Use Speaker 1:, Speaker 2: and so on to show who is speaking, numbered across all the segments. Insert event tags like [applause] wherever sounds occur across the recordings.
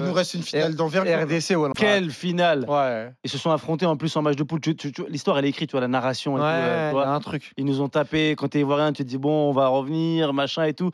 Speaker 1: Il nous reste une finale hein. d'envers.
Speaker 2: RDC, Hollande.
Speaker 3: Quelle finale
Speaker 2: Ouais.
Speaker 3: Ils se sont affrontés en plus en match de poule. Tu- tu- tu- L'histoire, elle est écrite, tu vois, la narration. et tout, euh,
Speaker 2: Ouais,
Speaker 3: tu
Speaker 2: il y
Speaker 3: vois.
Speaker 2: a un truc.
Speaker 3: Ils nous ont tapé. Quand t'es ivoirien, tu te dis, bon, on va revenir, machin et tout.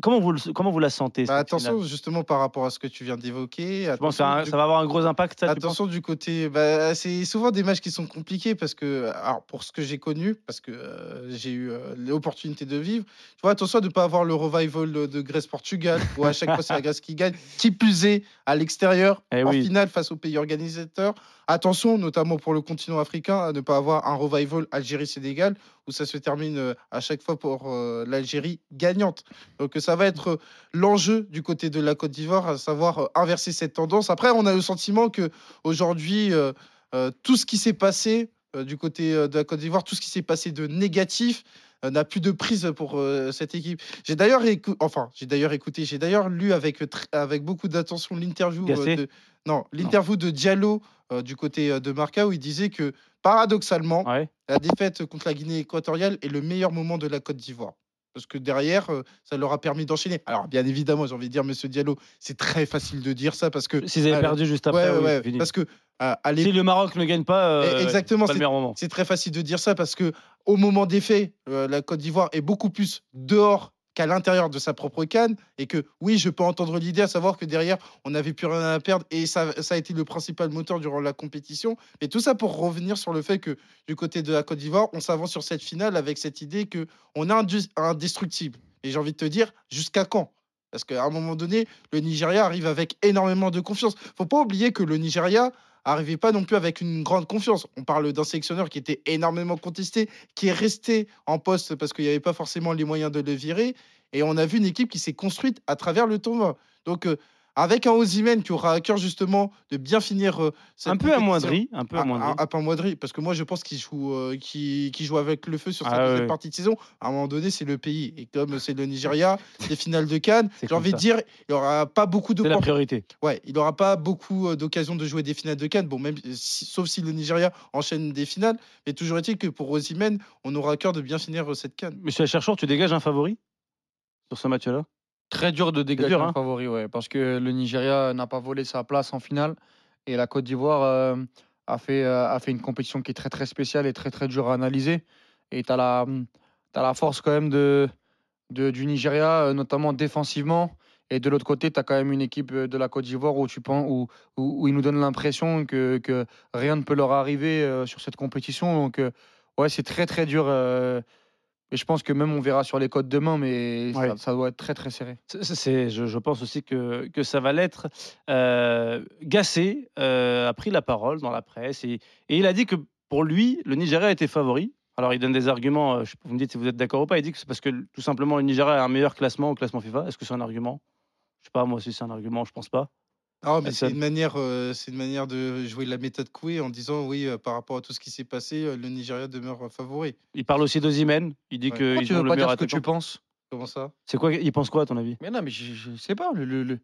Speaker 3: Comment vous, le- comment vous la sentez
Speaker 1: Bah,
Speaker 3: cette
Speaker 1: attention,
Speaker 3: finale
Speaker 1: justement, par rapport à ce que tu viens d'évoquer.
Speaker 3: Je pense que
Speaker 1: attention
Speaker 3: ça a un-
Speaker 1: du-
Speaker 3: ça va avoir un gros impact, ça, tu penses
Speaker 1: Attention du côté, bah, c'est souvent des matchs qui sont compliqués parce que, alors pour ce que j'ai connu, parce que euh, j'ai eu euh, l'opportunité de vivre, tu vois, attention à ne pas avoir le revival de, de Grèce-Portugal où à chaque fois c'est la Grèce qui gagne, qui plus est à l'extérieur,
Speaker 3: Eh
Speaker 1: en
Speaker 3: oui.
Speaker 1: finale face aux pays organisateurs. Attention, notamment pour le continent africain, à ne pas avoir un revival Algérie-Sénégal où ça se termine euh, à chaque fois pour euh, l'Algérie gagnante. Donc euh, ça va être euh, l'enjeu du côté de la Côte d'Ivoire, à savoir euh, inverser cette tendance. Après, on a le sentiment que aujourd'hui, euh, euh, tout ce qui s'est passé euh, du côté euh, de la Côte d'Ivoire, tout ce qui s'est passé de négatif euh, n'a plus de prise pour euh, cette équipe. J'ai d'ailleurs écou- enfin, j'ai d'ailleurs écouté, j'ai d'ailleurs lu avec tr- avec beaucoup d'attention l'interview euh,
Speaker 3: Gassé
Speaker 1: de non, l'interview de Diallo euh, du côté euh, de Marca où il disait que paradoxalement,
Speaker 3: Ouais.
Speaker 1: la défaite contre la Guinée équatoriale est le meilleur moment de la Côte d'Ivoire. Parce que derrière, euh, ça leur a permis d'enchaîner. Alors, bien évidemment, j'ai envie de dire, monsieur Diallo, c'est très facile de dire ça parce que.
Speaker 3: S'ils avaient
Speaker 1: Ah,
Speaker 3: perdu juste
Speaker 1: Ouais,
Speaker 3: après,
Speaker 1: ouais,
Speaker 3: oui,
Speaker 1: ouais,
Speaker 3: fini.
Speaker 1: parce que. euh, à l'époque-
Speaker 3: si le Maroc ne gagne pas, euh,
Speaker 1: Eh, exactement,
Speaker 3: c'est pas le
Speaker 1: c'est-
Speaker 3: meilleur moment.
Speaker 1: c'est très facile de dire ça parce que au moment des faits, euh, la Côte d'Ivoire est beaucoup plus dehors qu'à l'intérieur de sa propre canne et que oui, je peux entendre l'idée à savoir que derrière, on n'avait plus rien à perdre et ça, ça a été le principal moteur durant la compétition. Mais tout ça pour revenir sur le fait que du côté de la Côte d'Ivoire, on s'avance sur cette finale avec cette idée que on est indu- indestructible. Et j'ai envie de te dire, jusqu'à quand Parce qu'à un moment donné, le Nigeria arrive avec énormément de confiance. Faut pas oublier que le Nigeria, arrivait pas non plus avec une grande confiance. On parle d'un sélectionneur qui était énormément contesté, qui est resté en poste parce qu'il n'y avait pas forcément les moyens de le virer. Et on a vu une équipe qui s'est construite à travers le tournoi. Donc, euh, avec un Ozymen qui aura à cœur justement de bien finir euh, cette
Speaker 3: Un peu
Speaker 1: compétition.
Speaker 3: amoindri, un peu
Speaker 1: Ah,
Speaker 3: amoindri.
Speaker 1: Un, un peu amoindri, parce que moi je pense qu'il joue, euh, qu'il- qu'il joue avec le feu sur
Speaker 3: Ah
Speaker 1: sa deuxième
Speaker 3: ouais.
Speaker 1: partie de saison. À un moment donné, c'est le pays. Et comme c'est le Nigeria, les finales de Cannes,
Speaker 3: C'est
Speaker 1: j'ai
Speaker 3: comme
Speaker 1: envie de
Speaker 3: ça.
Speaker 1: dire, il n'y aura pas beaucoup de
Speaker 3: C'est la priorité.
Speaker 1: Ouais, il n'aura pas beaucoup euh, d'occasions de jouer des finales de Cannes, bon, même si- sauf si le Nigeria enchaîne des finales. Mais toujours est-il que pour Osimhen, on aura à cœur de bien finir euh, cette Cannes.
Speaker 3: Monsieur Chercheur, tu dégages un favori sur ce match-là
Speaker 4: Très dur de dégager
Speaker 3: dur, hein.
Speaker 4: un favori, ouais, parce que le Nigeria n'a pas volé sa place en finale et la Côte d'Ivoire euh, a, fait, euh, a fait une compétition qui est très très spéciale et très très dure à analyser. Et tu as, la t'as la force quand même de, de- du Nigeria, euh, notamment défensivement. Et de l'autre côté, tu as quand même une équipe euh, de la Côte d'Ivoire où, tu penses- où, où, où ils nous donnent l'impression que, que rien ne peut leur arriver euh, sur cette compétition. Donc, euh, ouais, c'est très très dur. euh, et je pense que même on verra sur les côtes demain, mais ça-
Speaker 3: Ouais.
Speaker 4: ça, doit être très très serré.
Speaker 3: C'est- c'est- c'est- je, je pense aussi que, que ça va l'être. Euh, Gassé euh, a pris la parole dans la presse et, et il a dit que pour lui, le Nigeria était favori. Alors, il donne des arguments. euh, je- vous me dites si vous êtes d'accord ou pas. Il dit que c'est parce que tout simplement le Nigeria a un meilleur classement au classement FIFA. Est-ce que c'est un argument Je sais pas, moi aussi, c'est un argument. Je pense pas.
Speaker 1: Ah, mais
Speaker 3: Hassan.
Speaker 1: c'est une, manière, euh, c'est une manière de jouer la méthode Coué en disant oui, euh, par rapport à tout ce qui s'est passé, euh, le Nigeria demeure euh, favori.
Speaker 3: Il parle aussi d'Ozimène. Il
Speaker 1: Ouais.
Speaker 3: dit que
Speaker 4: Pourquoi
Speaker 3: qu'ils
Speaker 4: tu
Speaker 3: ont
Speaker 4: veux
Speaker 3: le
Speaker 4: pas
Speaker 3: meilleur
Speaker 4: dire ce que
Speaker 3: attaquant.
Speaker 4: tu penses
Speaker 1: Comment ça
Speaker 3: C'est quoi Il pense quoi, à ton avis
Speaker 4: Mais non, mais je, je sais pas. le- le- le-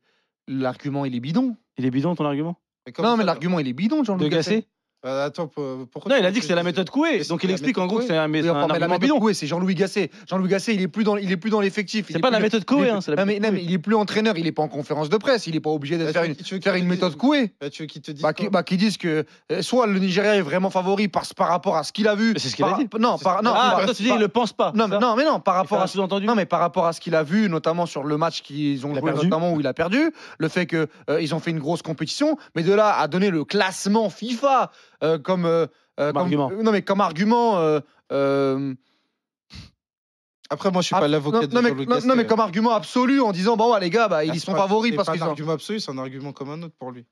Speaker 4: l'argument il est bidon.
Speaker 3: Il est bidon, ton argument
Speaker 1: Mais comment
Speaker 4: Non, mais
Speaker 1: ça euh,
Speaker 4: l'argument il est bidon,
Speaker 3: De
Speaker 4: Jean-Luc Gasset.
Speaker 3: Gassé
Speaker 1: Bah, Attends, pour- pourquoi
Speaker 3: Non,
Speaker 1: tu
Speaker 3: il a
Speaker 1: penses
Speaker 3: dit que
Speaker 1: que
Speaker 3: c'est la
Speaker 1: c'est-
Speaker 3: méthode Coué.
Speaker 1: Mais
Speaker 3: Donc
Speaker 1: c'est
Speaker 3: il
Speaker 1: la
Speaker 3: explique en
Speaker 1: méthode
Speaker 3: gros que
Speaker 1: Coué.
Speaker 3: c'est un, mais
Speaker 4: Oui,
Speaker 3: c'est
Speaker 4: enfin,
Speaker 3: un
Speaker 4: mais la
Speaker 3: argument
Speaker 4: méthode
Speaker 3: bidon.
Speaker 4: Coué, c'est Jean-Louis Gasset. Jean-Louis Gasset, il est plus dans, il est plus dans l'effectif. il
Speaker 3: C'est
Speaker 4: est
Speaker 3: pas
Speaker 4: plus
Speaker 3: la
Speaker 4: le-
Speaker 3: méthode
Speaker 4: il est
Speaker 3: Coué.
Speaker 4: plus-
Speaker 3: hein, c'est la
Speaker 4: non, mais,
Speaker 3: méthode
Speaker 4: non,
Speaker 3: Coué.
Speaker 4: mais il est plus entraîneur. Il est pas en conférence de presse. Il est pas obligé de
Speaker 1: Bah,
Speaker 4: faire
Speaker 1: tu veux-
Speaker 4: une,
Speaker 1: tu veux
Speaker 4: faire
Speaker 1: qu'il
Speaker 4: une
Speaker 1: te dise-
Speaker 4: méthode couée.
Speaker 1: Bah, tu veux qu'il te dise
Speaker 4: Bah,
Speaker 1: quoi
Speaker 4: qui, bah, qui disent que euh, soit le Nigeria est vraiment favori par, par rapport à ce qu'il a vu.
Speaker 3: Mais c'est ce qu'il
Speaker 4: par-
Speaker 3: a dit.
Speaker 4: Non, par, non,
Speaker 3: ah,
Speaker 4: par-
Speaker 3: toi, tu dis, il le pense pas.
Speaker 4: non, mais, non, mais non, par rapport à ce
Speaker 3: sous-entendu.
Speaker 4: Non, mais par rapport à ce qu'il a vu, notamment sur le match qu'ils ont
Speaker 3: Il a
Speaker 4: joué,
Speaker 3: perdu.
Speaker 4: notamment où il a perdu, le fait qu'ils ont fait une grosse compétition, mais de là à donner le classement FIFA euh, comme, euh, euh,
Speaker 3: Comme
Speaker 4: comme-
Speaker 3: argument.
Speaker 4: euh, non, mais comme argument. euh, euh,
Speaker 1: Après, moi, je suis
Speaker 4: ab-
Speaker 1: pas l'avocat
Speaker 4: non,
Speaker 1: de
Speaker 4: non, mais,
Speaker 1: Jean-Luc
Speaker 4: non,
Speaker 1: Gasset.
Speaker 4: non, mais comme argument absolu en disant, bon, ouais, les gars, bah,
Speaker 1: Ah,
Speaker 4: ils y
Speaker 1: c'est
Speaker 4: sont
Speaker 1: pas-
Speaker 4: favoris
Speaker 1: c'est
Speaker 4: parce
Speaker 1: pas
Speaker 4: qu'ils
Speaker 1: un
Speaker 4: ont.
Speaker 1: argument absolu, c'est un argument comme un autre pour lui.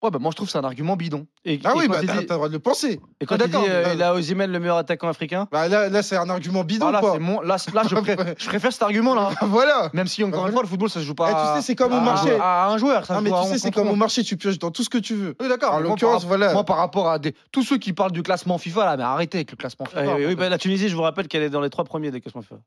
Speaker 4: Ouais, bah, moi, je trouve que c'est un argument bidon.
Speaker 3: Et,
Speaker 1: Ah
Speaker 3: et
Speaker 1: oui,
Speaker 3: quand
Speaker 1: bah,
Speaker 3: il
Speaker 1: t'as
Speaker 3: dit-
Speaker 1: t'as le droit de le penser.
Speaker 3: et quand
Speaker 1: Ah,
Speaker 3: il dit,
Speaker 1: d'accord,
Speaker 3: euh,
Speaker 1: mais-
Speaker 3: il a Osimhen, le meilleur attaquant africain.
Speaker 1: Bah, là, là c'est un argument bidon,
Speaker 4: Voilà,
Speaker 1: quoi.
Speaker 4: c'est mon- là, là, je, pré- je préfère cet argument-là.
Speaker 1: [laughs] Ah, voilà.
Speaker 4: Même si, encore
Speaker 1: Bah,
Speaker 4: une fois, le football, ça se joue pas.
Speaker 1: Eh, tu
Speaker 4: à-
Speaker 1: sais, c'est comme au
Speaker 3: bah,
Speaker 4: à-
Speaker 1: marché.
Speaker 4: À,
Speaker 3: ah,
Speaker 4: à un joueur, ça
Speaker 1: Non,
Speaker 4: se
Speaker 1: mais
Speaker 4: joue à
Speaker 1: tu
Speaker 4: un
Speaker 1: sais, c'est
Speaker 4: contre
Speaker 1: comme
Speaker 4: un.
Speaker 1: au marché, tu pioches dans tout ce que tu veux.
Speaker 4: Oui, d'accord.
Speaker 1: En
Speaker 4: mais Ah, moi, par
Speaker 1: l'occurrence, voilà.
Speaker 4: Moi, par rapport à des- tous ceux qui parlent du classement FIFA, là, mais arrêtez avec le classement FIFA.
Speaker 3: Ah, oui,
Speaker 4: moi,
Speaker 3: oui, bah, la Tunisie, je vous rappelle qu'elle est dans les trois premiers des classements FIFA.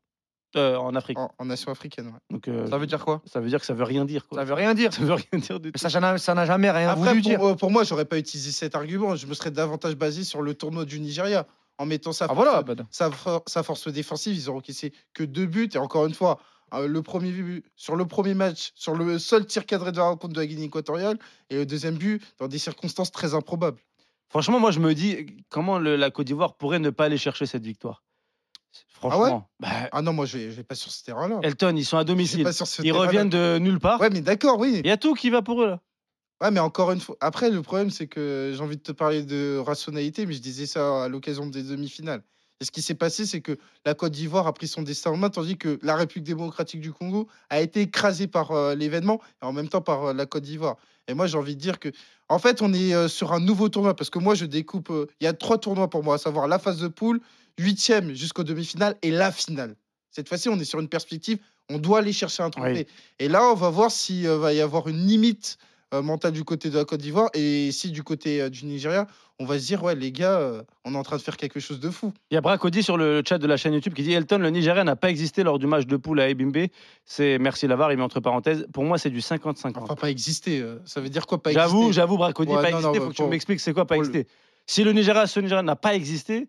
Speaker 3: Euh, en Afrique.
Speaker 1: En, en nation africaine. ouais.
Speaker 3: Donc, euh,
Speaker 4: Ça veut dire quoi
Speaker 3: ça veut dire que ça veut rien dire.
Speaker 4: Ça
Speaker 3: Quoi.
Speaker 4: veut rien dire.
Speaker 3: [laughs] Ça veut rien dire du
Speaker 4: Mais
Speaker 3: tout.
Speaker 4: Ça ça n'a ça n'a jamais rien
Speaker 1: Après,
Speaker 4: voulu
Speaker 1: pour,
Speaker 4: dire.
Speaker 1: euh, pour moi, j'aurais pas utilisé cet argument. Je me serais davantage basé sur le tournoi du Nigeria. En mettant sa
Speaker 4: Ah
Speaker 1: force,
Speaker 4: voilà, bah,
Speaker 1: sa, for- sa force défensive, ils ont encaissé que deux buts. Et encore une fois, euh, le premier but sur le premier match, sur le seul tir cadré de la rencontre de la Guinée équatoriale, et le deuxième but dans des circonstances très improbables.
Speaker 3: Franchement, moi, je me dis comment le- la Côte d'Ivoire pourrait ne pas aller chercher cette victoire. Franchement, Bah,
Speaker 1: Ah non, moi je vais, je vais pas sur ce terrain-là.
Speaker 3: Elton, ils sont à
Speaker 1: Je vais
Speaker 3: domicile.
Speaker 1: pas sur ce
Speaker 3: Ils
Speaker 1: terrain-là.
Speaker 3: reviennent de nulle part.
Speaker 1: Ouais, mais d'accord, oui.
Speaker 3: Il y a tout qui va pour eux là.
Speaker 1: Ouais, mais encore une fois. Après, le problème, c'est que j'ai envie de te parler de rationalité, mais je disais ça à l'occasion des demi-finales. Et ce qui s'est passé, c'est que la Côte d'Ivoire a pris son destin en main, tandis que la République démocratique du Congo a été écrasée par euh, l'événement et en même temps par euh, la Côte d'Ivoire. Et moi, j'ai envie de dire que, en fait, on est euh, sur un nouveau tournoi parce que moi, je découpe. euh, Il y a trois tournois pour moi, à savoir la phase de poule, huitième jusqu'aux demi-finales et la finale. Cette fois-ci, on est sur une perspective. On doit aller chercher un trophée. Et là, on va voir s'il va y avoir une limite euh, mentale du côté de la Côte d'Ivoire et si du côté euh, du Nigeria, on va se dire ouais les gars, euh, on est en train de faire quelque chose de fou.
Speaker 3: Il y a Bracody sur le, le chat de la chaîne YouTube qui dit Elton, le Nigeria n'a pas existé lors du match de poule à Ebimbe. C'est merci Lavar, il met entre parenthèses. Pour moi, c'est du 50-50.
Speaker 1: Enfin pas exister, euh, ça veut dire quoi pas
Speaker 3: J'avoue,
Speaker 1: exister
Speaker 3: j'avoue, Bracody,
Speaker 1: Ouais, non,
Speaker 3: pas
Speaker 1: non,
Speaker 3: existé.
Speaker 1: bah,
Speaker 3: faut que tu
Speaker 1: pour-
Speaker 3: m'expliques c'est quoi pas
Speaker 1: pour le-
Speaker 3: exister. Si le Nigeria, ce Nigeria n'a pas existé,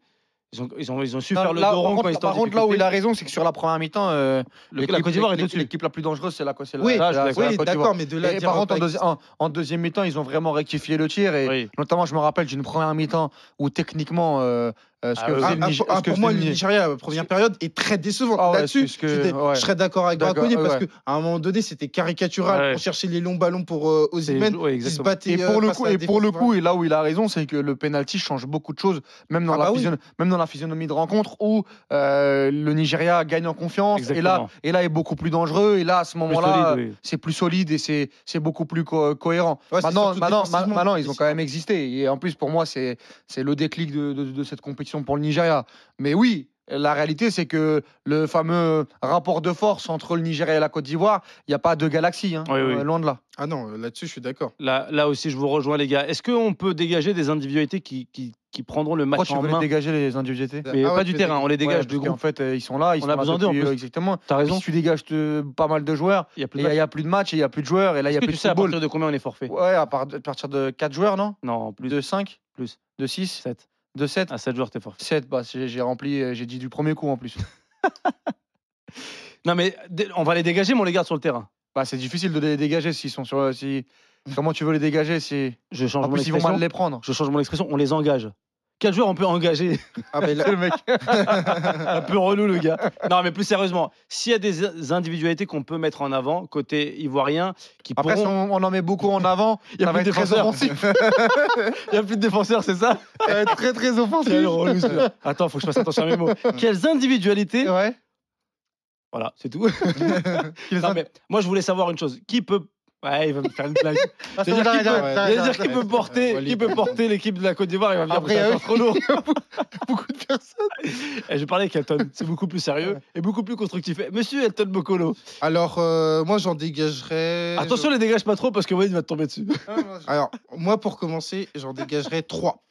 Speaker 3: ils ont, ils ont, ils ont su
Speaker 4: Non,
Speaker 3: faire le
Speaker 4: là,
Speaker 3: dos
Speaker 4: par
Speaker 3: rond quand
Speaker 4: contre-
Speaker 3: ils étaient en
Speaker 4: par contre, là où il
Speaker 3: difficulté.
Speaker 4: a raison, c'est que sur la première mi-temps, euh,
Speaker 3: Le- la Côte d'Ivoire est au-dessus.
Speaker 4: L'équipe la plus dangereuse, c'est la Côte
Speaker 1: Oui,
Speaker 4: la-
Speaker 3: je
Speaker 4: la-
Speaker 3: suis d'accord.
Speaker 4: la
Speaker 1: Oui,
Speaker 4: Côte
Speaker 1: d'accord, mais de là à
Speaker 4: Et
Speaker 1: dire
Speaker 4: par contre,
Speaker 1: pas
Speaker 4: en, deuxi- en- en deuxième mi-temps, ils ont vraiment rectifié le tir. Et
Speaker 3: Oui.
Speaker 4: notamment, je me rappelle d'une première mi-temps où techniquement, euh, euh, ce
Speaker 3: Ah,
Speaker 4: que
Speaker 3: euh,
Speaker 4: faisait
Speaker 1: Ah,
Speaker 4: le
Speaker 1: ah,
Speaker 4: Nige-
Speaker 1: ah,
Speaker 4: ce
Speaker 1: pour
Speaker 4: que faisait
Speaker 1: moi,
Speaker 4: le
Speaker 1: le
Speaker 4: Nige-
Speaker 1: Nigeria, la première période, est très décevante.
Speaker 4: Ah ouais,
Speaker 1: Là-dessus,
Speaker 4: parce que-
Speaker 1: je, suis dé-
Speaker 4: ouais.
Speaker 1: je serais d'accord avec
Speaker 4: D'accord,
Speaker 1: Braconi
Speaker 4: ouais,
Speaker 1: parce
Speaker 4: ouais.
Speaker 1: qu'à un moment donné, c'était caricatural.
Speaker 3: Ouais.
Speaker 1: On cherchait les longs ballons pour euh,
Speaker 3: C'est-
Speaker 1: Osimhen.
Speaker 3: ouais,
Speaker 1: qui se
Speaker 3: exactement.
Speaker 1: battait,
Speaker 4: Et
Speaker 1: euh,
Speaker 4: pour le
Speaker 1: face
Speaker 4: coup,
Speaker 1: à la hein.
Speaker 4: et pour le
Speaker 1: défense.
Speaker 4: coup, et là où il a raison, c'est que le penalty change beaucoup de choses, même dans,
Speaker 1: Ah
Speaker 4: la,
Speaker 1: bah oui.
Speaker 4: physionomie, même dans la physionomie de rencontre où euh, le Nigeria gagne en confiance
Speaker 3: Exactement.
Speaker 4: et là, et là est beaucoup plus dangereux. Et là, à ce
Speaker 3: Plus
Speaker 4: moment-là,
Speaker 3: solide, oui.
Speaker 4: c'est plus solide et c'est c'est beaucoup plus co- cohérent.
Speaker 1: Ouais, c'est
Speaker 4: maintenant,
Speaker 1: surtout
Speaker 4: maintenant,
Speaker 1: défensivement.
Speaker 4: ma- maintenant, ils ont quand même existé. Et en plus, pour moi, c'est c'est le déclic de, de- de cette compétition pour le Nigeria. Mais oui. La réalité, c'est que le fameux rapport de force entre le Nigeria et la Côte d'Ivoire, il n'y a pas deux galaxies, hein,
Speaker 3: Oui, oui.
Speaker 4: euh, loin de là.
Speaker 1: Ah non, euh, là-dessus, je suis d'accord.
Speaker 3: Là, là aussi, je vous rejoins, les gars. Est-ce qu'on peut dégager des individualités qui, qui, qui prendront le match
Speaker 4: Pourquoi tu
Speaker 3: en
Speaker 4: veux
Speaker 3: main
Speaker 4: les dégager les individualités
Speaker 3: Mais
Speaker 1: Ah ouais,
Speaker 3: pas
Speaker 1: tu
Speaker 3: du
Speaker 1: les
Speaker 3: terrain, on les dégage
Speaker 4: Ouais,
Speaker 3: du
Speaker 4: parce qu'en
Speaker 3: groupe.
Speaker 4: fait, euh, ils sont là, ils
Speaker 3: On
Speaker 4: sont
Speaker 3: a
Speaker 4: là
Speaker 3: besoin d'eux, en
Speaker 4: depuis,
Speaker 3: plus.
Speaker 4: euh, exactement.
Speaker 3: T'as
Speaker 4: Puis
Speaker 3: raison.
Speaker 4: si tu dégages euh, pas mal de joueurs,
Speaker 3: Il y a plus
Speaker 4: il
Speaker 3: de
Speaker 4: n'y a, y
Speaker 3: matchs.
Speaker 4: a plus de matchs, il n'y a plus de joueurs, et là, il y
Speaker 3: Est-ce
Speaker 4: a
Speaker 3: que
Speaker 4: plus
Speaker 3: tu sais
Speaker 4: de
Speaker 3: à
Speaker 4: ball.
Speaker 3: partir de combien on est forfait
Speaker 4: Ouais, à, part- à partir de 4 joueurs, non
Speaker 3: Non, plus de
Speaker 4: De 5
Speaker 3: Plus.
Speaker 4: De 6
Speaker 3: 7.
Speaker 4: De 7
Speaker 3: À 7 joueurs, t'es forfait.
Speaker 4: 7, bah, j'ai j'ai rempli, euh, j'ai dit du premier coup en plus.
Speaker 3: Non, mais dé- on va les dégager, mais on les garde sur le terrain.
Speaker 4: bah, c'est difficile de les dégager s'ils sont sur. euh, Si... Comment tu veux les dégager si...
Speaker 3: Je change
Speaker 4: En
Speaker 3: mon
Speaker 4: plus, ils vont mal
Speaker 3: expression.
Speaker 4: les prendre.
Speaker 3: Je change mon expression, on les engage. Quel joueur on peut engager [laughs]
Speaker 1: Ah, mais là-
Speaker 4: Le mec.
Speaker 3: Un peu relou, le [laughs] gars. Non, mais plus sérieusement, s'il y a des individualités qu'on peut mettre en avant, côté ivoirien, qui
Speaker 4: Après, si
Speaker 3: pourront...
Speaker 4: on, on en met beaucoup en
Speaker 3: [laughs]
Speaker 4: avant,
Speaker 3: Il y a
Speaker 4: ça va
Speaker 3: plus de
Speaker 4: être très
Speaker 3: défenseurs.
Speaker 4: offensif.
Speaker 3: [laughs] Il n'y a plus de défenseurs,
Speaker 4: [laughs]
Speaker 3: c'est ça
Speaker 4: Ça va être très, très offensif.
Speaker 3: Quel relou, celui-là. Attends, faut que je fasse attention à mes mots. Quelles individualités
Speaker 4: Ouais.
Speaker 3: Voilà, c'est tout. Non, mais moi, je voulais savoir une chose. Qui peut... Ouais, il va me faire une blague.
Speaker 4: Ah,
Speaker 3: C'est-à-dire
Speaker 4: Arrête,
Speaker 3: qu'il peut-
Speaker 4: arrête,
Speaker 3: C'est-à-dire
Speaker 4: arrête,
Speaker 3: qui peut porter,
Speaker 1: Walid.
Speaker 3: qui peut porter l'équipe de la Côte d'Ivoire Il va me dire,
Speaker 4: Après, euh, [laughs]
Speaker 3: vous êtes
Speaker 4: il y a
Speaker 3: encore trop lourd. [laughs]
Speaker 4: Beaucoup de personnes.
Speaker 3: Eh, Je parlais avec Elton, c'est beaucoup plus sérieux et beaucoup plus constructif. Eh, Monsieur Elton Bocolo,
Speaker 1: Alors, euh, moi, j'en dégagerais.
Speaker 3: attention, les dégage pas trop parce que Wade va te tomber dessus. [laughs]
Speaker 1: Alors, moi, pour commencer, j'en dégagerai trois.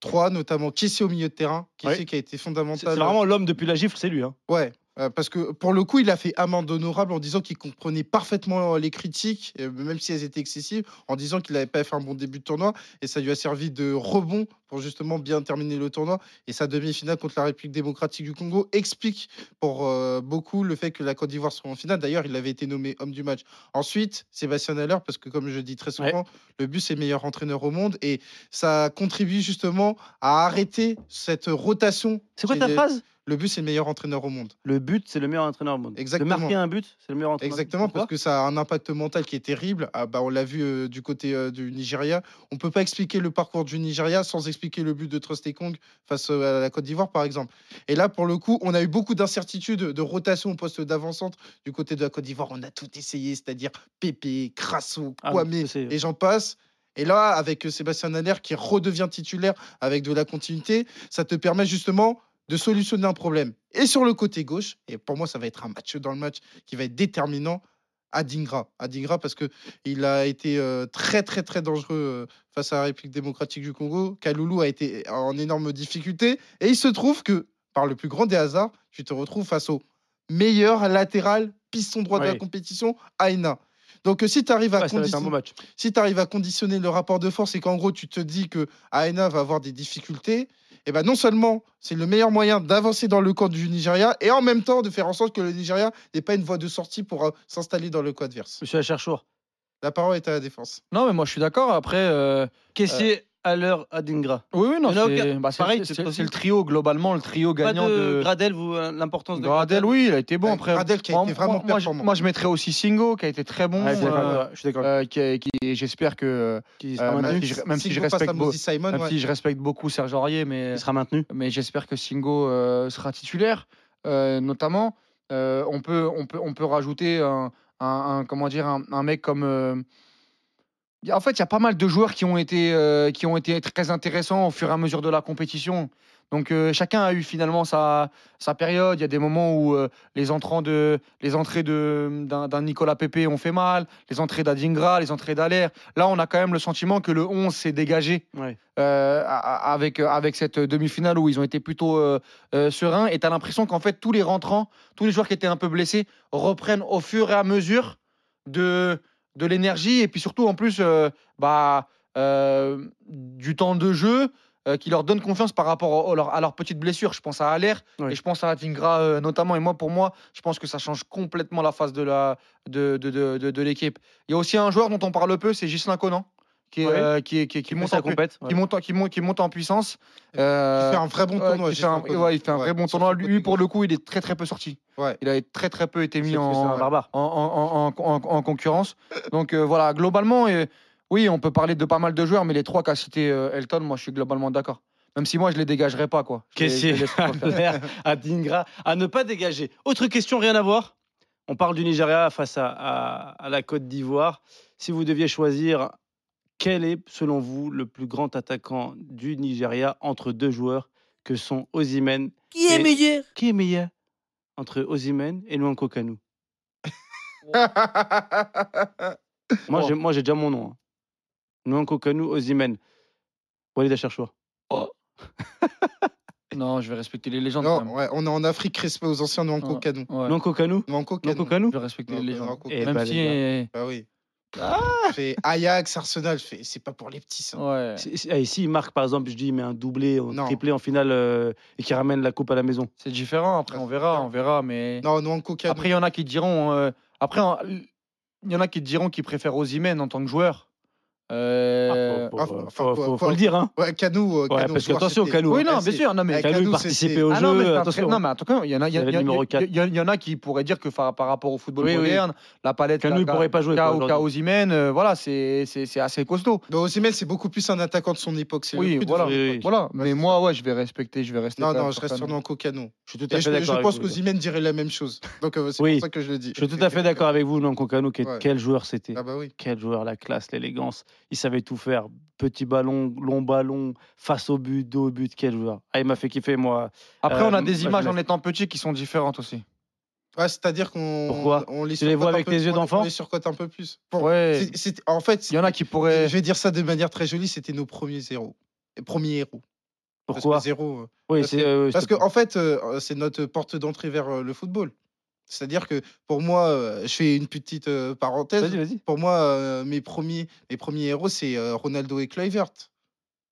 Speaker 1: Trois, notamment, qui c'est au milieu de terrain Qui
Speaker 3: Oui.
Speaker 1: c'est qui a été
Speaker 3: C'est
Speaker 1: fondamental
Speaker 3: c'est vraiment l'homme depuis la gifle, c'est lui. hein.
Speaker 1: Ouais, euh, parce que pour le coup, il a fait amende honorable en disant qu'il comprenait parfaitement euh, les critiques, euh, même si elles étaient excessives, en disant qu'il n'avait pas fait un bon début de tournoi, et ça lui a servi de rebond pour justement bien terminer le tournoi. Et sa demi-finale contre la République démocratique du Congo explique pour euh, beaucoup le fait que la Côte d'Ivoire soit en finale. D'ailleurs, il avait été nommé homme du match. Ensuite, Sébastien Haller, parce que comme je dis très souvent, le but c'est meilleur entraîneur au monde, et ça contribue justement à arrêter cette rotation.
Speaker 3: C'est quoi
Speaker 1: qui
Speaker 3: ta
Speaker 1: est-
Speaker 3: phrase
Speaker 1: Le but c'est meilleur entraîneur au monde.
Speaker 3: Le but, c'est le meilleur entraîneur au monde.
Speaker 1: Exactement.
Speaker 3: De marquer un but, c'est le meilleur entraîneur.
Speaker 1: Exactement, parce que ça a un impact mental qui est terrible. Ah bah, on l'a vu euh, du côté euh, du Nigeria. On peut pas expliquer le parcours du Nigeria sans expliquer le but de Trostekong face euh, à la Côte d'Ivoire, par exemple. Et là, pour le coup, on a eu beaucoup d'incertitudes de rotation au poste d'avant-centre du côté de la Côte d'Ivoire. On a tout essayé, c'est-à-dire Pépé, Crasso,
Speaker 3: Ah,
Speaker 1: Kwame,
Speaker 3: oui, c'est-
Speaker 1: et j'en passe. Et là, avec euh, Sébastien Haller qui redevient titulaire avec de la continuité, ça te permet justement de solutionner un problème. Et sur le côté gauche, et pour moi, ça va être un match dans le match qui va être déterminant à Dingra. À Dingra parce que il a été euh, très, très, très dangereux euh, face à la République démocratique du Congo. Kaloulou a été en énorme difficulté. Et il se trouve que, par le plus grand des hasards, tu te retrouves face au meilleur latéral piston droit de la
Speaker 3: Oui.
Speaker 1: compétition, Aina. Donc, euh, si tu arrives à
Speaker 3: Ouais, Ah, ça va être un
Speaker 1: conditionner-
Speaker 3: bon match.
Speaker 1: si tu arrives à conditionner le rapport de force et qu'en gros tu te dis que ANA va avoir des difficultés, et ben non seulement c'est le meilleur moyen d'avancer dans le camp du Nigeria, et en même temps de faire en sorte que le Nigeria n'ait pas une voie de sortie pour euh, s'installer dans le camp adverse.
Speaker 3: Monsieur Acharchour,
Speaker 1: La parole est à la défense.
Speaker 4: Non, mais moi, je suis d'accord. Après, euh,
Speaker 3: caissier à l'heure à Dingra.
Speaker 4: oui, oui, non,
Speaker 3: Il y en a
Speaker 4: c'est
Speaker 3: aucun-
Speaker 4: bah, c'est-
Speaker 3: pareil,
Speaker 4: c'est
Speaker 3: c'est
Speaker 4: c'est
Speaker 3: possible.
Speaker 4: le trio, globalement, le trio
Speaker 3: Pas
Speaker 4: gagnant
Speaker 3: de
Speaker 4: de.
Speaker 3: Gradel, vous, euh, l'importance de
Speaker 4: Gradel, oui, il a été bon.
Speaker 1: Ouais,
Speaker 4: Après,
Speaker 1: Gradel qui a
Speaker 4: moi-
Speaker 1: été vraiment
Speaker 4: moi- moi, je-
Speaker 1: performant.
Speaker 4: Moi, je mettrais aussi Singo, qui a été très bon.
Speaker 3: Ouais, Ah, je suis d'accord,
Speaker 4: euh,
Speaker 3: ouais, je suis d'accord.
Speaker 4: euh, qui, qui- et j'espère que euh,
Speaker 3: Qu'il
Speaker 4: euh,
Speaker 3: sera maintenu.
Speaker 4: si je- même si je
Speaker 1: Singo passe à
Speaker 4: respecte
Speaker 1: Moses Simon,
Speaker 4: même
Speaker 1: ouais.
Speaker 4: si je respecte beaucoup Serge Aurier, mais
Speaker 3: Il sera maintenu.
Speaker 4: mais j'espère que Singo euh, sera titulaire, euh, notamment. Euh, on, peut, on, peut, on peut rajouter un, un- un- comment dire, un, un mec comme. euh, y a- En fait, il y a pas mal de joueurs qui ont, été, euh, qui ont été très intéressants au fur et à mesure de la compétition. Donc euh, chacun a eu finalement sa, sa période. Il y a des moments où euh, les, entrants de, les entrées de- d'un d'un Nicolas Pépé ont fait mal, les entrées d'Adingra, les entrées d'Aler. Là, on a quand même le sentiment que le 11 s'est dégagé
Speaker 3: Ouais.
Speaker 4: euh, a- a- avec, euh, avec cette demi-finale où ils ont été plutôt euh, euh, sereins. Et tu as l'impression qu'en fait, tous les rentrants, tous les joueurs qui étaient un peu blessés, reprennent au fur et à mesure de, de l'énergie. Et puis surtout, en plus, euh, bah, euh, du temps de jeu euh, qui leur donne confiance par rapport au- au leur- à leurs petites blessures. Je pense à Aller
Speaker 3: Ouais.
Speaker 4: et je pense à Vingra euh, notamment. Et moi, pour moi, je pense que ça change complètement la phase de la- de, de, de, de- de l'équipe. Il y a aussi un joueur dont on parle peu, c'est Gislain Conan. Qui, est,
Speaker 3: Ouais.
Speaker 4: euh, qui, est- qui, est- qui
Speaker 3: Qui
Speaker 4: monte
Speaker 3: monte à
Speaker 4: en pu-
Speaker 3: compète.
Speaker 4: qui
Speaker 3: ouais.
Speaker 4: monte, en- qui monte, qui monte en puissance.
Speaker 1: Il fait
Speaker 4: Euh,
Speaker 1: un vrai bon
Speaker 4: ouais,
Speaker 1: tournoi.
Speaker 4: qui fait un-
Speaker 1: Gislain Conan.
Speaker 4: ouais, il fait un
Speaker 1: Ouais,
Speaker 4: vrai bon
Speaker 1: sur
Speaker 4: tournoi.
Speaker 1: ce côté
Speaker 4: Lui, pour le coup, il est très très peu sorti.
Speaker 1: Ouais.
Speaker 4: Il a très très peu été
Speaker 3: C'est-
Speaker 4: mis
Speaker 3: C'est
Speaker 4: en, [laughs]
Speaker 3: un barbare.
Speaker 4: en, en- en- en- en- en concurrence. Donc euh, voilà, globalement, euh, oui, on peut parler de pas mal de joueurs, mais les trois qu'a cité euh, Elton, moi, je suis globalement d'accord. Même si moi, je les dégagerai pas, quoi. Je les- je les
Speaker 3: Caissier
Speaker 4: laisse
Speaker 3: à
Speaker 4: pas faire.
Speaker 3: [laughs] l'heure à Dingra, à ne pas dégager. Autre question, rien à voir. On parle du Nigeria face à, à- à la Côte d'Ivoire. Si vous deviez choisir, quel est, selon vous, le plus grand attaquant du Nigeria entre deux joueurs que sont Osimhen
Speaker 2: Qui est
Speaker 3: Et-
Speaker 2: meilleur
Speaker 3: Qui est meilleur entre Osimhen et Luanko Kanu Moi,
Speaker 4: Oh.
Speaker 3: j'ai- moi, j'ai déjà mon nom. hein. Luanko Kanu, Osimhen. Walid Acharchour.
Speaker 4: Non, je vais respecter les légendes. quand
Speaker 1: [laughs] Non,
Speaker 4: même.
Speaker 1: ouais, on est en Afrique, respect aux anciens Nwanko
Speaker 4: Ouais.
Speaker 1: Kanu.
Speaker 4: Ouais.
Speaker 3: Luanko Kanu
Speaker 1: Nwanko Kanu.
Speaker 3: Luanko Kanu
Speaker 4: Je vais respecter
Speaker 1: Non,
Speaker 4: les Ah.
Speaker 1: non,
Speaker 4: légendes.
Speaker 1: Nwanko
Speaker 3: Eh
Speaker 1: Kanu.
Speaker 4: Même
Speaker 3: bah,
Speaker 4: si.
Speaker 1: Bah oui. Fait Ajax, Arsenal, fait- c'est pas pour les petits ça.
Speaker 4: euh, Ouais.
Speaker 3: Si- si- eh, S'il marque, par exemple, je dis, mais un doublé,
Speaker 1: Non.
Speaker 3: un triplé en finale euh, et qui ramène la coupe à la maison.
Speaker 4: C'est différent. Après, on verra, on verra. Mais
Speaker 1: Non, Nwanko Kanu.
Speaker 4: après, il y en a qui diront. euh, Après, en- il y en a qui diront qu'ils préfèrent Osimhen en tant que joueur. Euh,
Speaker 3: faut,
Speaker 1: ah,
Speaker 3: faut-
Speaker 1: faut-
Speaker 3: faut-
Speaker 1: faut-
Speaker 3: faut-
Speaker 1: faut-
Speaker 3: faut le dire. Hein.
Speaker 1: Ouais, Kanu. euh, Kanu,
Speaker 3: Ouais, parce que
Speaker 1: joueur,
Speaker 3: attention,
Speaker 1: c'était-
Speaker 3: Kanu. eh,
Speaker 4: Oui,
Speaker 1: Ouais,
Speaker 4: non, bien
Speaker 1: c'est-
Speaker 4: sûr. Non, mais
Speaker 1: avec
Speaker 3: Kanu
Speaker 1: Kanu,
Speaker 3: participait
Speaker 1: c'était-
Speaker 3: au
Speaker 4: Ah non, mais c'est
Speaker 3: jeu.
Speaker 4: un
Speaker 3: Attention.
Speaker 4: très- non, mais attends, quand même, il y en a, il y, a- il
Speaker 3: Il y avait
Speaker 4: y a-
Speaker 3: le numéro
Speaker 4: il y a- il y a- il y en a qui pourraient dire que par, par rapport au football
Speaker 3: Oui, oui.
Speaker 4: moderne, la palette
Speaker 3: Kanu, il pourrait pas jouer. quoi,
Speaker 4: Kao,
Speaker 3: aujourd'hui.
Speaker 4: euh, voilà, c'est c'est- c'est assez costaud.
Speaker 1: Bah, Osimhen, c'est beaucoup plus un attaquant de son époque. c'est le
Speaker 4: Oui,
Speaker 1: plus de
Speaker 4: voilà.
Speaker 1: son
Speaker 3: Oui,
Speaker 1: époque.
Speaker 3: oui.
Speaker 4: Voilà,
Speaker 1: Ouais,
Speaker 4: mais
Speaker 1: c'est
Speaker 4: moi, ouais, je vais respecter, je vais rester.
Speaker 1: Non,
Speaker 4: quand
Speaker 1: non,
Speaker 4: même
Speaker 1: je
Speaker 4: sur
Speaker 1: reste sur
Speaker 4: Kanu.
Speaker 1: Nwanko Kanu.
Speaker 3: Je suis tout
Speaker 1: Et
Speaker 3: à
Speaker 1: je,
Speaker 3: fait
Speaker 1: je
Speaker 3: d'accord. avec
Speaker 1: pense
Speaker 3: vous, les gars.
Speaker 1: qu'Osimhen dirait la même chose. Donc euh, c'est
Speaker 3: Oui.
Speaker 1: pour ça que je le dis.
Speaker 3: Je suis tout à fait d'accord avec vous, Luanko Kanu. Quel,
Speaker 1: Ouais.
Speaker 3: quel joueur c'était
Speaker 1: Ah bah oui.
Speaker 3: Quel joueur, la classe, l'élégance. Il savait tout faire. Petit ballon, long ballon, face au but, dos au but. Quel joueur. Ah, il m'a fait kiffer, moi.
Speaker 4: Après,
Speaker 3: Euh,
Speaker 4: on a
Speaker 3: moi,
Speaker 4: des
Speaker 3: je
Speaker 4: images
Speaker 3: laisse.
Speaker 4: en étant petit qui sont différentes aussi.
Speaker 1: Ouais, C'est-à-dire qu'on
Speaker 3: Pourquoi
Speaker 1: on
Speaker 3: Tu les vois
Speaker 1: surcote un
Speaker 3: avec
Speaker 1: peu-
Speaker 3: tes yeux
Speaker 1: on-
Speaker 3: d'enfant
Speaker 1: On les surcote un peu plus. Bon,
Speaker 4: Ouais.
Speaker 1: c'est- c'est- en fait,
Speaker 4: Il y en a qui pourraient.
Speaker 1: je vais dire ça de manière très jolie, c'était nos premiers héros. Et Premiers héros. Parce que
Speaker 3: Pourquoi
Speaker 1: zéro, euh,
Speaker 3: Oui,
Speaker 1: parce
Speaker 3: c'est.
Speaker 1: que-
Speaker 3: euh,
Speaker 1: Parce
Speaker 3: c'est-
Speaker 1: que en fait, euh, c'est notre porte d'entrée vers euh, le football. C'est-à-dire que pour moi, euh, je fais une petite euh, parenthèse.
Speaker 3: Vas-y, vas-y.
Speaker 1: Pour moi, euh, mes premiers, mes premiers héros, c'est euh, Ronaldo et Kluivert.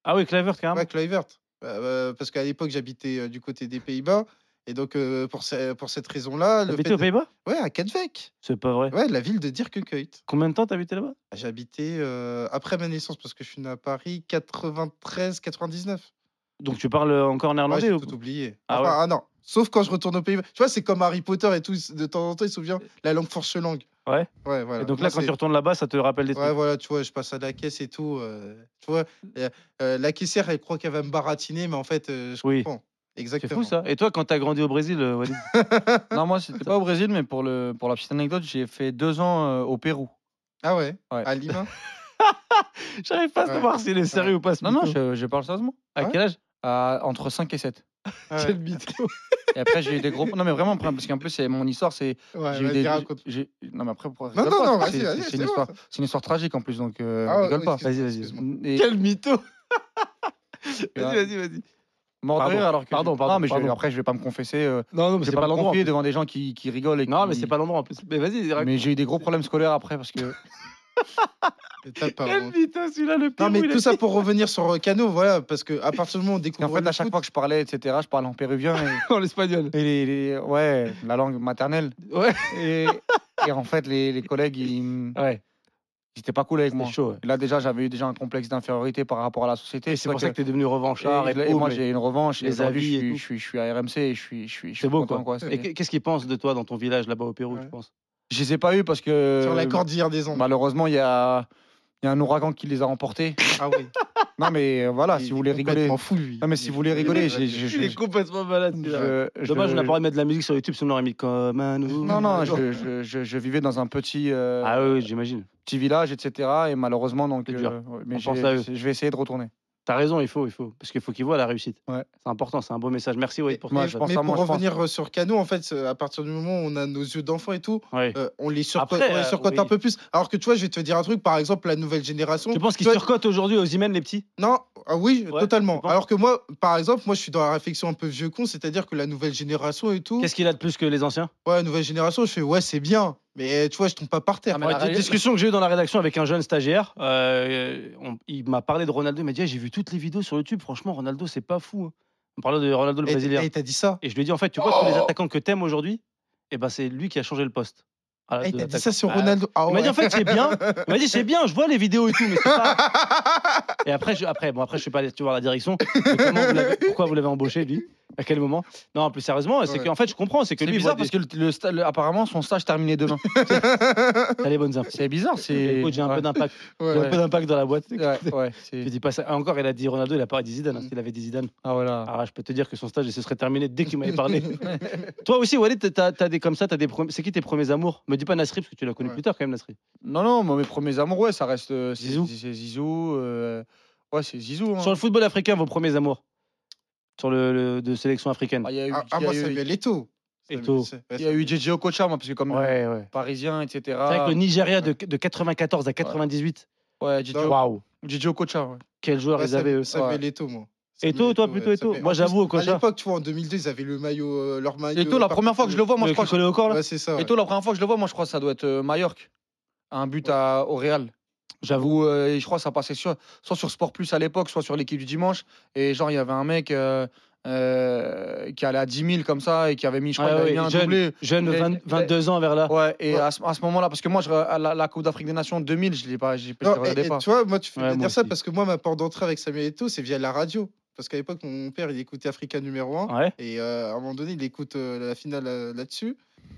Speaker 3: Ah oui, Clavert, quand même.
Speaker 1: Ouais, Kluivert. Euh, euh, parce qu'à l'époque, j'habitais euh, du côté des Pays-Bas. Et donc, euh, pour, ce- pour cette raison-là, le
Speaker 3: T'habitais
Speaker 1: fait
Speaker 3: aux
Speaker 1: de-
Speaker 3: Pays-Bas
Speaker 1: Ouais, à Kedvec.
Speaker 3: C'est pas vrai.
Speaker 1: Ouais, la ville de Dirkekuit.
Speaker 3: Combien de temps t'habitais là-bas
Speaker 1: J'habitais euh, après ma naissance, parce que je suis né à Paris, 93-99.
Speaker 3: Donc tu parles euh, encore
Speaker 1: Ouais,
Speaker 3: néerlandais
Speaker 1: j'ai
Speaker 3: ou...
Speaker 1: tout oublié.
Speaker 3: Ah
Speaker 1: Enfin, ah non. Sauf quand je retourne au Pays-Bas. Tu vois, c'est comme Harry Potter et tout. De temps en temps, il se souvient la langue force langue.
Speaker 3: Ouais.
Speaker 1: Ouais, voilà.
Speaker 3: Et donc
Speaker 1: Moi,
Speaker 3: là, quand
Speaker 1: c'est-
Speaker 3: tu retournes là-bas, ça te rappelle des
Speaker 1: Ouais,
Speaker 3: trucs.
Speaker 1: voilà, tu vois, je passe à la caisse et tout. euh, tu vois, euh, euh, la caissière, elle croit qu'elle va me baratiner, mais en fait, euh, je
Speaker 3: Oui.
Speaker 1: comprends.
Speaker 3: C'est
Speaker 1: Exactement.
Speaker 3: fou ça. Et toi, quand t'as grandi au Brésil, euh, Walid [laughs]
Speaker 4: Non, moi, c'était pas au Brésil, mais pour, le, pour la petite anecdote, j'ai fait deux ans euh, au Pérou.
Speaker 1: Ah ouais,
Speaker 4: Ouais.
Speaker 1: À
Speaker 4: [laughs]
Speaker 1: Lima
Speaker 3: J'arrive pas à
Speaker 1: Ouais.
Speaker 3: savoir s'il est sérieux ou pas. ce
Speaker 4: Non, non, je,
Speaker 3: mytho.
Speaker 4: je parle sérieusement.
Speaker 3: À
Speaker 1: Ouais.
Speaker 3: quel âge
Speaker 4: À- entre 5 et 7.
Speaker 1: Ah Ouais. [laughs]
Speaker 3: Quel mytho.
Speaker 4: Et après, j'ai eu des gros. Non, mais vraiment, parce qu'en plus, c'est mon histoire, c'est.
Speaker 1: Ouais,
Speaker 4: j'ai eu
Speaker 1: vas-y,
Speaker 4: des-
Speaker 1: raconte.
Speaker 4: j'ai- Non, mais après, pourquoi-
Speaker 1: Non,
Speaker 4: rigole
Speaker 1: non,
Speaker 4: pas,
Speaker 1: non,
Speaker 4: parce que
Speaker 1: vas-y,
Speaker 4: c'est-
Speaker 1: vas-y,
Speaker 4: C'est
Speaker 1: c'est
Speaker 4: une,
Speaker 1: bon,
Speaker 4: histoire- c'est une histoire tragique en plus, donc euh,
Speaker 1: Ah ouais,
Speaker 4: rigole pas.
Speaker 1: excuse-
Speaker 3: Vas-y, vas-y.
Speaker 1: excuse-moi.
Speaker 4: Et-
Speaker 3: Quel mytho.
Speaker 4: Ouais.
Speaker 3: [laughs] Vas-y, vas-y, vas-y.
Speaker 4: Mort de
Speaker 3: Pardon,
Speaker 4: rire, alors que.
Speaker 3: pardon, pardon,
Speaker 4: Non, mais je-
Speaker 3: pardon.
Speaker 4: après, je vais pas me confesser. euh,
Speaker 3: Non, non, mais
Speaker 4: je
Speaker 3: c'est
Speaker 4: vais
Speaker 3: pas
Speaker 4: pas me
Speaker 3: l'endroit. en
Speaker 4: confier
Speaker 3: plus.
Speaker 4: devant des gens qui, qui rigolent. Et
Speaker 3: Non, mais
Speaker 4: qui-
Speaker 3: c'est pas l'endroit en plus. Mais vas-y, raconte.
Speaker 4: Mais j'ai eu des gros problèmes scolaires après parce que
Speaker 1: T'as pas,
Speaker 3: Quelle
Speaker 1: hein.
Speaker 3: vitesse, celui-là, le
Speaker 1: Non,
Speaker 3: Pérou,
Speaker 1: mais
Speaker 3: il a
Speaker 1: tout ça
Speaker 3: dit-
Speaker 1: pour revenir sur euh, Cano, voilà, parce que à partir du moment où on
Speaker 4: Et en
Speaker 1: découvre
Speaker 4: fait,
Speaker 1: le
Speaker 4: à chaque
Speaker 1: foot-
Speaker 4: fois que je parlais, etc., je parlais en péruvien. et-
Speaker 3: [laughs] en l'espagnol.
Speaker 4: Et les- les- ouais, la langue maternelle.
Speaker 3: Ouais.
Speaker 4: Et, et en fait, les, les collègues, ils m-
Speaker 3: Ouais,
Speaker 4: ils étaient pas cool avec
Speaker 3: c'était
Speaker 4: moi.
Speaker 3: chaud. ouais.
Speaker 4: Là, déjà, j'avais eu déjà un complexe d'infériorité par rapport à la société.
Speaker 3: Et c'est pour ça que
Speaker 4: tu
Speaker 3: t'es devenu revanchard.
Speaker 4: et,
Speaker 3: Et,
Speaker 4: et
Speaker 3: pauvre,
Speaker 4: moi,
Speaker 3: mais-
Speaker 4: j'ai une revanche. et
Speaker 3: les
Speaker 4: aujourd'hui,
Speaker 3: avis et
Speaker 4: je suis,
Speaker 3: tout.
Speaker 4: je, suis, je suis à RMC et je suis, je suis, je suis
Speaker 3: C'est beau,
Speaker 4: content, c'est-
Speaker 3: Et qu- qu'est-ce qu'ils pensent de toi dans ton village là-bas au Pérou,
Speaker 1: Ouais.
Speaker 3: tu penses
Speaker 4: Je euh, les ai pas eu parce que.
Speaker 1: sur la cordillère des Andes.
Speaker 4: Malheureusement, il y a, il y a un ouragan qui les a emportés.
Speaker 1: Ah oui.
Speaker 4: non, mais euh, voilà, si vous voulez rigoler.
Speaker 1: Complètement fou, lui.
Speaker 4: Non, mais si vous voulez rigoler, j'ai- j'ai-
Speaker 3: Il est
Speaker 4: j'ai-
Speaker 3: complètement malade. celui-là.
Speaker 4: je-
Speaker 3: Dommage,
Speaker 4: je-
Speaker 3: on n'a pas le droit de mettre de la musique sur YouTube, sinon on aurait mis comme un nous. euh,
Speaker 4: Non, non, je, je, je, je vivais dans un petit. euh,
Speaker 3: Ah oui, oui, j'imagine.
Speaker 4: petit village, etc. Et malheureusement, donc,
Speaker 3: C'est dur.
Speaker 4: euh, ouais, mais
Speaker 3: On
Speaker 4: j'ai-
Speaker 3: pense à eux.
Speaker 4: je vais essayer de retourner.
Speaker 3: T'as raison, il faut, il faut. Parce qu'il faut qu'ils voient la réussite.
Speaker 4: Ouais.
Speaker 3: C'est important, c'est un beau message. Merci, Wade, pour
Speaker 4: Moi,
Speaker 3: ton
Speaker 4: je
Speaker 3: message.
Speaker 4: pense
Speaker 1: Mais
Speaker 4: à
Speaker 1: pour
Speaker 4: moi, je pense.
Speaker 1: revenir euh, sur Cano, en fait, euh, à partir du moment où on a nos yeux d'enfant et tout,
Speaker 3: Ouais.
Speaker 1: euh, on les surcote,
Speaker 3: Après,
Speaker 1: on les
Speaker 3: euh,
Speaker 1: surcote
Speaker 3: oui.
Speaker 1: un peu plus. Alors que tu vois, je vais te dire un truc, par exemple, la nouvelle génération.
Speaker 3: Tu penses qu'ils
Speaker 1: toi-
Speaker 3: surcotent aujourd'hui aux Imen, les petits
Speaker 1: Non, ah oui,
Speaker 3: Ouais,
Speaker 1: totalement.
Speaker 3: tu penses
Speaker 1: Alors que moi, par exemple, moi, je suis dans la réflexion un peu vieux con, c'est-à-dire que la nouvelle génération et tout.
Speaker 3: Qu'est-ce qu'il a de plus que les anciens
Speaker 1: Ouais, nouvelle génération, je fais ouais, c'est bien, mais euh, tu vois, je tombe pas par terre.
Speaker 4: Ah, mais
Speaker 3: Ouais,
Speaker 4: la
Speaker 3: d-
Speaker 4: réalité-
Speaker 3: discussion que j'ai eue dans la rédaction avec un jeune stagiaire, euh, on- il m'a parlé de Ronaldo, il m'a dit Ah, j'ai vu toutes les vidéos sur YouTube, franchement Ronaldo c'est pas fou. hein. On parlait de Ronaldo le hein.
Speaker 1: Et-
Speaker 3: Brésilien.
Speaker 1: Et Eh, Oh t'as dit ça
Speaker 3: Et je lui ai dit en fait tu vois tous les attaquants que t'aimes aujourd'hui, eh ben c'est lui qui a changé le poste. à la-
Speaker 1: Et
Speaker 3: de
Speaker 1: Eh, t'as dit
Speaker 3: l'attaquant.
Speaker 1: ça sur
Speaker 3: Ah,
Speaker 1: Ronaldo. Ah
Speaker 3: Il m'a dit
Speaker 1: ouais.
Speaker 3: en fait c'est bien, il m'a dit c'est bien, je vois les vidéos et tout, mais c'est pas. Et après je, après bon après je suis pas allé tu voir la direction. mais comment vous l'avez- pourquoi vous l'avez embauché lui À quel moment Non plus sérieusement c'est
Speaker 1: Ouais.
Speaker 3: qu'en fait je comprends c'est que
Speaker 4: C'est
Speaker 3: lui il
Speaker 4: bizarre
Speaker 3: voit
Speaker 4: parce que le, le sta- le- apparemment son stage terminait demain.
Speaker 3: des- t'as les bonnes infos.
Speaker 4: C'est
Speaker 3: [laughs]
Speaker 4: bizarre, c'est.
Speaker 3: Écoute, j'ai un peu
Speaker 4: ouais.
Speaker 3: d'impact, j'ai
Speaker 1: Ouais.
Speaker 3: un peu d'impact dans la boîte.
Speaker 4: Ouais, ouais, c'est-
Speaker 3: Je dis pas ça. Ah, Encore, il a dit Ronaldo, il a pas dit Zidane. hein.
Speaker 1: Mm.
Speaker 3: S'il avait dit Zidane,
Speaker 4: Ah voilà.
Speaker 3: ah, je peux te dire que son stage il se serait terminé dès qu'il
Speaker 4: [laughs]
Speaker 3: m'avait parlé. Toi aussi, Walid, t'as, t'as des comme ça, t'as des premiers- c'est qui tes premiers amours Me dis pas Nasri parce que tu l'as connu
Speaker 1: Ouais.
Speaker 3: plus tard quand même, Nasri.
Speaker 4: Non, non, moi, mes premiers amours, ouais, ça reste. euh, c'est-
Speaker 3: Zizou.
Speaker 4: c'est- C'est Zizou. euh, Ouais, c'est Zizou. hein.
Speaker 3: Sur le football africain, vos premiers amours Sur le, le- de sélection africaine.
Speaker 4: Ah, Il y a eu-
Speaker 1: Ah, ah,
Speaker 4: il y a
Speaker 1: moi,
Speaker 4: eu-
Speaker 1: Samuel Eto'o.
Speaker 3: Eto'o.
Speaker 1: Samuel-
Speaker 4: il y a eu JJ Okocha, moi, parce que comme Ah,
Speaker 3: ouais, ouais.
Speaker 4: parisien, etc.
Speaker 3: C'est vrai que le Nigeria de, de 94 à 98.
Speaker 4: Ouais, JJ
Speaker 1: Bah, Ouais. Bah,
Speaker 3: Waouh.
Speaker 4: JJ Okocha, ouais.
Speaker 3: Quel joueur
Speaker 4: bah,
Speaker 1: Ouais,
Speaker 3: ils avaient eux.
Speaker 1: Samuel Eto'o, moi.
Speaker 3: Eto'o,
Speaker 1: Samuel
Speaker 3: euh, toi,
Speaker 1: Eto'o, ouais,
Speaker 3: plutôt Eto'o.
Speaker 1: Samuel-
Speaker 3: Moi,
Speaker 1: en plus,
Speaker 3: j'avoue, au
Speaker 1: À
Speaker 3: Cocha.
Speaker 1: l'époque, tu vois, en 2002, ils avaient le maillot, euh, leur maillot.
Speaker 4: Et tout, la
Speaker 1: euh,
Speaker 4: première fois que je le vois, moi, je
Speaker 3: Le
Speaker 4: crois
Speaker 3: qui collait au corps là
Speaker 1: Ouais, c'est ça.
Speaker 4: Et
Speaker 1: ouais.
Speaker 4: toi, la première fois que je le vois, moi, je crois que ça doit être euh, Majorque. Un but à, au Real.
Speaker 3: J'avoue.
Speaker 4: Où, euh, et je crois que ça passait sur- soit sur Sport Plus à l'époque, soit sur l'équipe du dimanche. Et genre, il y avait un mec euh, euh, qui allait à 10 000 comme ça et qui avait mis, je crois,
Speaker 3: Ouais,
Speaker 4: il avait
Speaker 3: ouais,
Speaker 4: mis un
Speaker 3: jeune.
Speaker 4: doublé.
Speaker 3: Jeune de
Speaker 4: Mais-
Speaker 3: 20 22 ans vers là.
Speaker 4: Ouais, et
Speaker 1: Ouais.
Speaker 4: à ce, à ce moment-là, parce que moi, je, à la, la Coupe d'Afrique des Nations 2000, je ne l'ai pas, j'ai- je
Speaker 1: Non,
Speaker 4: la
Speaker 1: et-
Speaker 4: regardais
Speaker 1: et
Speaker 4: pas.
Speaker 1: tu vois, moi, tu fais
Speaker 3: Ouais,
Speaker 1: bien
Speaker 3: moi
Speaker 1: dire ça
Speaker 3: aussi.
Speaker 1: parce que moi, ma porte d'entrée avec Samuel Eto'o, c'est via la radio. Parce qu'à l'époque, mon père, il écoutait Africa numéro 1.
Speaker 3: Ouais.
Speaker 1: Et euh, à un moment donné, il écoute euh, la finale euh, là-dessus.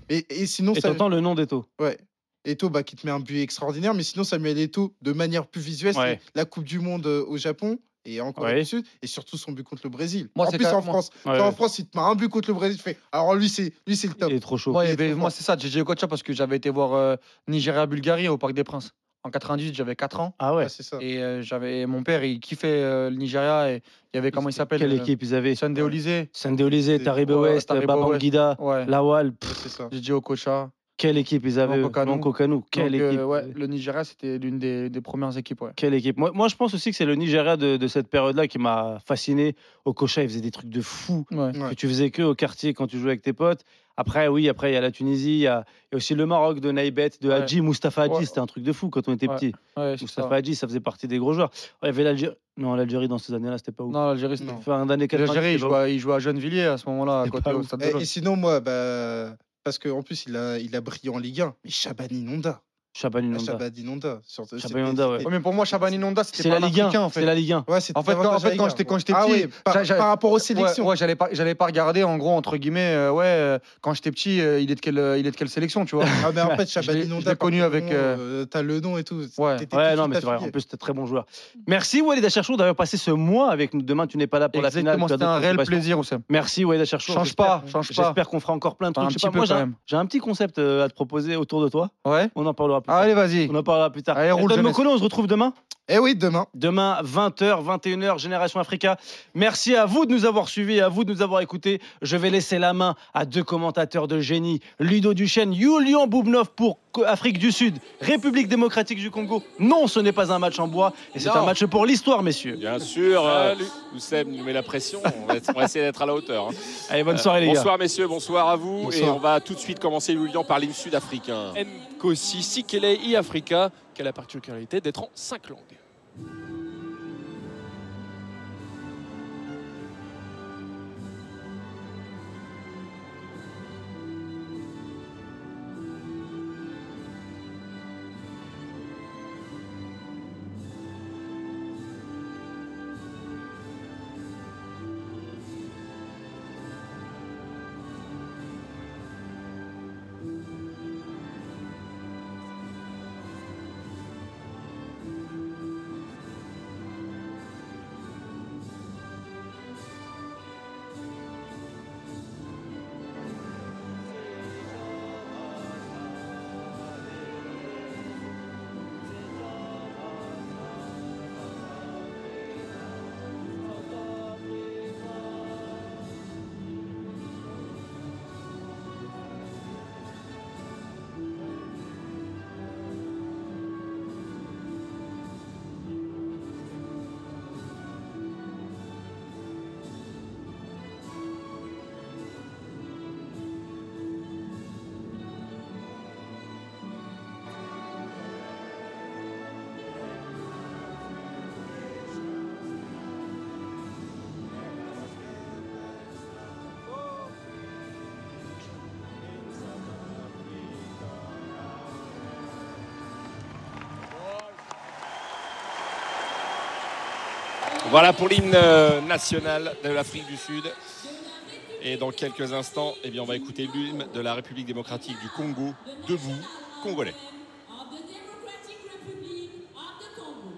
Speaker 1: Et, et sinon,
Speaker 3: Et
Speaker 1: ça.
Speaker 3: t'entends le nom d'Eto.
Speaker 1: Ouais. Eto, bah, qui te met un but extraordinaire, mais sinon Samuel Eto, de manière plus visuelle,
Speaker 3: Ouais.
Speaker 1: c'est la Coupe du Monde euh, au Japon et en Corée
Speaker 3: Ouais.
Speaker 1: du Sud, et surtout son but contre le Brésil.
Speaker 4: Moi,
Speaker 1: en
Speaker 4: c'est
Speaker 1: plus,
Speaker 4: quand-
Speaker 1: en
Speaker 4: moi-
Speaker 1: France,
Speaker 3: Ouais,
Speaker 1: en
Speaker 3: ouais.
Speaker 1: France, il te met un but contre le Brésil, tu fais. Alors lui, c'est lui, c'est le top.
Speaker 3: Il est trop chaud.
Speaker 4: Moi, il y
Speaker 1: il est
Speaker 4: avait-
Speaker 1: trop
Speaker 4: moi
Speaker 1: fort.
Speaker 4: c'est ça, JJ Okocha, parce que j'avais été voir euh, Nigeria-Bulgarie au Parc des Princes. En 98, j'avais 4 ans.
Speaker 3: Ah ouais.
Speaker 1: Ouais, c'est ça.
Speaker 4: Et euh, j'avais mon père, il kiffait euh, le Nigeria. Et il y avait, comment il s'appelle
Speaker 3: Quelle
Speaker 4: euh,
Speaker 3: équipe ils avaient
Speaker 4: Sunday Olysée.
Speaker 3: Sunday Olysé,
Speaker 1: C'est-
Speaker 3: Taribe
Speaker 4: ouais,
Speaker 3: West,
Speaker 4: Taribo
Speaker 3: Babangida,
Speaker 4: Ouais.
Speaker 3: Lawal. pff,
Speaker 1: Ouais, c'est ça.
Speaker 4: JJ Okocha.
Speaker 3: Quelle équipe ils avaient
Speaker 4: Blanco
Speaker 3: eux.
Speaker 4: Canou.
Speaker 3: Blanco Canou. Quelle
Speaker 4: Donc, euh,
Speaker 3: équipe
Speaker 4: ouais, le Nigeria, c'était l'une des, des premières équipes. Ouais.
Speaker 3: Quelle équipe moi, moi, je pense aussi que c'est le Nigeria de, de cette période-là qui m'a fasciné. Au Cocha, il faisait des trucs de fou
Speaker 4: Ouais.
Speaker 1: Ouais.
Speaker 3: que tu faisais que au quartier quand tu jouais avec tes potes. Après, oui, après, il y a la Tunisie, il y, a il y a aussi le Maroc de Naïbet, de
Speaker 4: Ouais.
Speaker 3: Hadji, Mustafa Hadji.
Speaker 4: Ouais.
Speaker 3: C'était un truc de fou quand on était
Speaker 4: Ouais,
Speaker 3: petit.
Speaker 4: Ouais, c'est ça.
Speaker 3: Mustafa Hadji, ça faisait partie des gros joueurs. Ouais, Il y avait l'Algérie. Non, l'Algérie dans ces années-là, c'était pas ouf.
Speaker 4: Non, l'Algérie, c'était.
Speaker 1: Non.
Speaker 3: Fin d'année 90.
Speaker 4: L'Algérie, il
Speaker 3: c'était pas
Speaker 4: jouait, à- il jouait à Gennevilliers à ce moment-là, à
Speaker 3: C'est
Speaker 4: côté
Speaker 3: pas
Speaker 4: au
Speaker 3: ouf. Eh,
Speaker 4: Stade de
Speaker 1: Et,
Speaker 4: l'Ouest.
Speaker 1: et sinon, moi, bah, parce qu'en plus, il a, il a brillé en Ligue 1. Mais Shabani Nonda.
Speaker 3: ouf. Chaban Inonda.
Speaker 1: Shabani Nonda. sur- c'était-
Speaker 3: Shabani Nonda,
Speaker 1: c'était-
Speaker 4: Ouais, mais pour moi, Chabani Nonda, c'était
Speaker 3: C'est
Speaker 4: pas
Speaker 3: la
Speaker 4: un
Speaker 3: Ligue 1.
Speaker 4: Africain, en
Speaker 3: C'est
Speaker 4: fait.
Speaker 3: la Ligue 1.
Speaker 1: Ouais, c'était
Speaker 4: En fait,
Speaker 1: davantage
Speaker 4: quand- en fait,
Speaker 1: la
Speaker 4: quand
Speaker 1: Ligue 1.
Speaker 4: j'étais- quand j'étais
Speaker 1: Ah
Speaker 4: petit,
Speaker 1: ouais, par,
Speaker 4: j'a- j'a-
Speaker 1: par rapport aux
Speaker 4: Ouais,
Speaker 1: sélections.
Speaker 4: ouais, j'allais pas, j'allais pas regarder en gros entre guillemets. euh, ouais, euh, quand j'étais petit, euh, il est de quelle, euh, il est de quelle sélection, tu vois
Speaker 1: Ah, mais en fait,
Speaker 4: Je l'ai-
Speaker 1: Shabani
Speaker 4: je
Speaker 1: Nonda.
Speaker 4: l'ai
Speaker 1: par
Speaker 4: connu
Speaker 1: contre,
Speaker 4: avec,
Speaker 1: bon, euh, T'as le nom et tout.
Speaker 4: ouais.
Speaker 1: T'étais tout
Speaker 3: Ouais,
Speaker 1: de
Speaker 3: non,
Speaker 1: suite
Speaker 3: mais c'est vrai. En
Speaker 1: affilié.
Speaker 3: plus, t'es très bon joueur. Merci, Walid Acharchour, d'avoir passé ce mois avec nous. Demain, tu n'es pas là [laughs] pour la
Speaker 4: Exactement,
Speaker 3: finale. tu as
Speaker 4: c'était un
Speaker 3: d'autres
Speaker 4: réel
Speaker 3: occupations.
Speaker 4: plaisir, Oussem.
Speaker 3: Merci, Walid Acharchour.
Speaker 4: Change pas, change pas.
Speaker 3: J'espère qu'on fera encore plein de
Speaker 4: Enfin,
Speaker 3: trucs.
Speaker 4: un
Speaker 3: Je
Speaker 4: petit
Speaker 3: sais pas,
Speaker 4: peu
Speaker 3: moi, j'ai
Speaker 4: quand
Speaker 3: un,
Speaker 4: même.
Speaker 3: j'ai un petit concept euh, à te proposer autour de toi.
Speaker 4: Ouais.
Speaker 3: On en parlera plus tard.
Speaker 4: Allez, vas-y.
Speaker 3: On en parlera plus tard.
Speaker 4: Allez, roule,
Speaker 3: Elton
Speaker 4: jeunesse.
Speaker 3: Mokolo, on se retrouve demain.
Speaker 1: Eh oui, demain.
Speaker 3: Demain, 20h, 21h, Génération Africa. Merci à vous de nous avoir suivis, à vous de nous avoir écoutés. Je vais laisser la main à deux commentateurs de génie, Ludo Duchesne, Julian Boubnov pour Co- Afrique du Sud, République démocratique du Congo. Non, ce n'est pas un match en bois, et c'est
Speaker 2: Non.
Speaker 3: un match pour l'histoire, messieurs.
Speaker 2: Bien sûr, euh, Oussem nous met la pression. On va, on va essayer d'être à la hauteur. hein.
Speaker 3: Allez, bonne soirée, les gars.
Speaker 2: Bonsoir, messieurs. Bonsoir à vous. Et
Speaker 1: Bonsoir.
Speaker 2: on va tout de suite commencer, Lilian, par l'hymne sud-africain.
Speaker 5: Nkosi Sikele i Africa qui a la particularité d'être en cinq langues.
Speaker 2: Voilà pour l'hymne euh, national de l'Afrique du Sud. Et dans quelques instants, eh bien, on va écouter l'hymne de la République démocratique du Congo, debout, congolais.
Speaker 6: of the Democratic Republic of the Congo.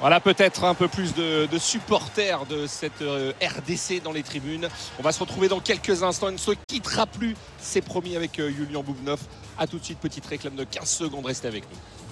Speaker 2: Voilà peut-être un peu plus de, de supporters de cette euh, RDC dans les tribunes. On va se retrouver dans quelques instants. Il ne se quittera plus, c'est promis, avec euh, Julian Boubnov. A tout de suite, petite réclame de 15 secondes. Restez avec nous.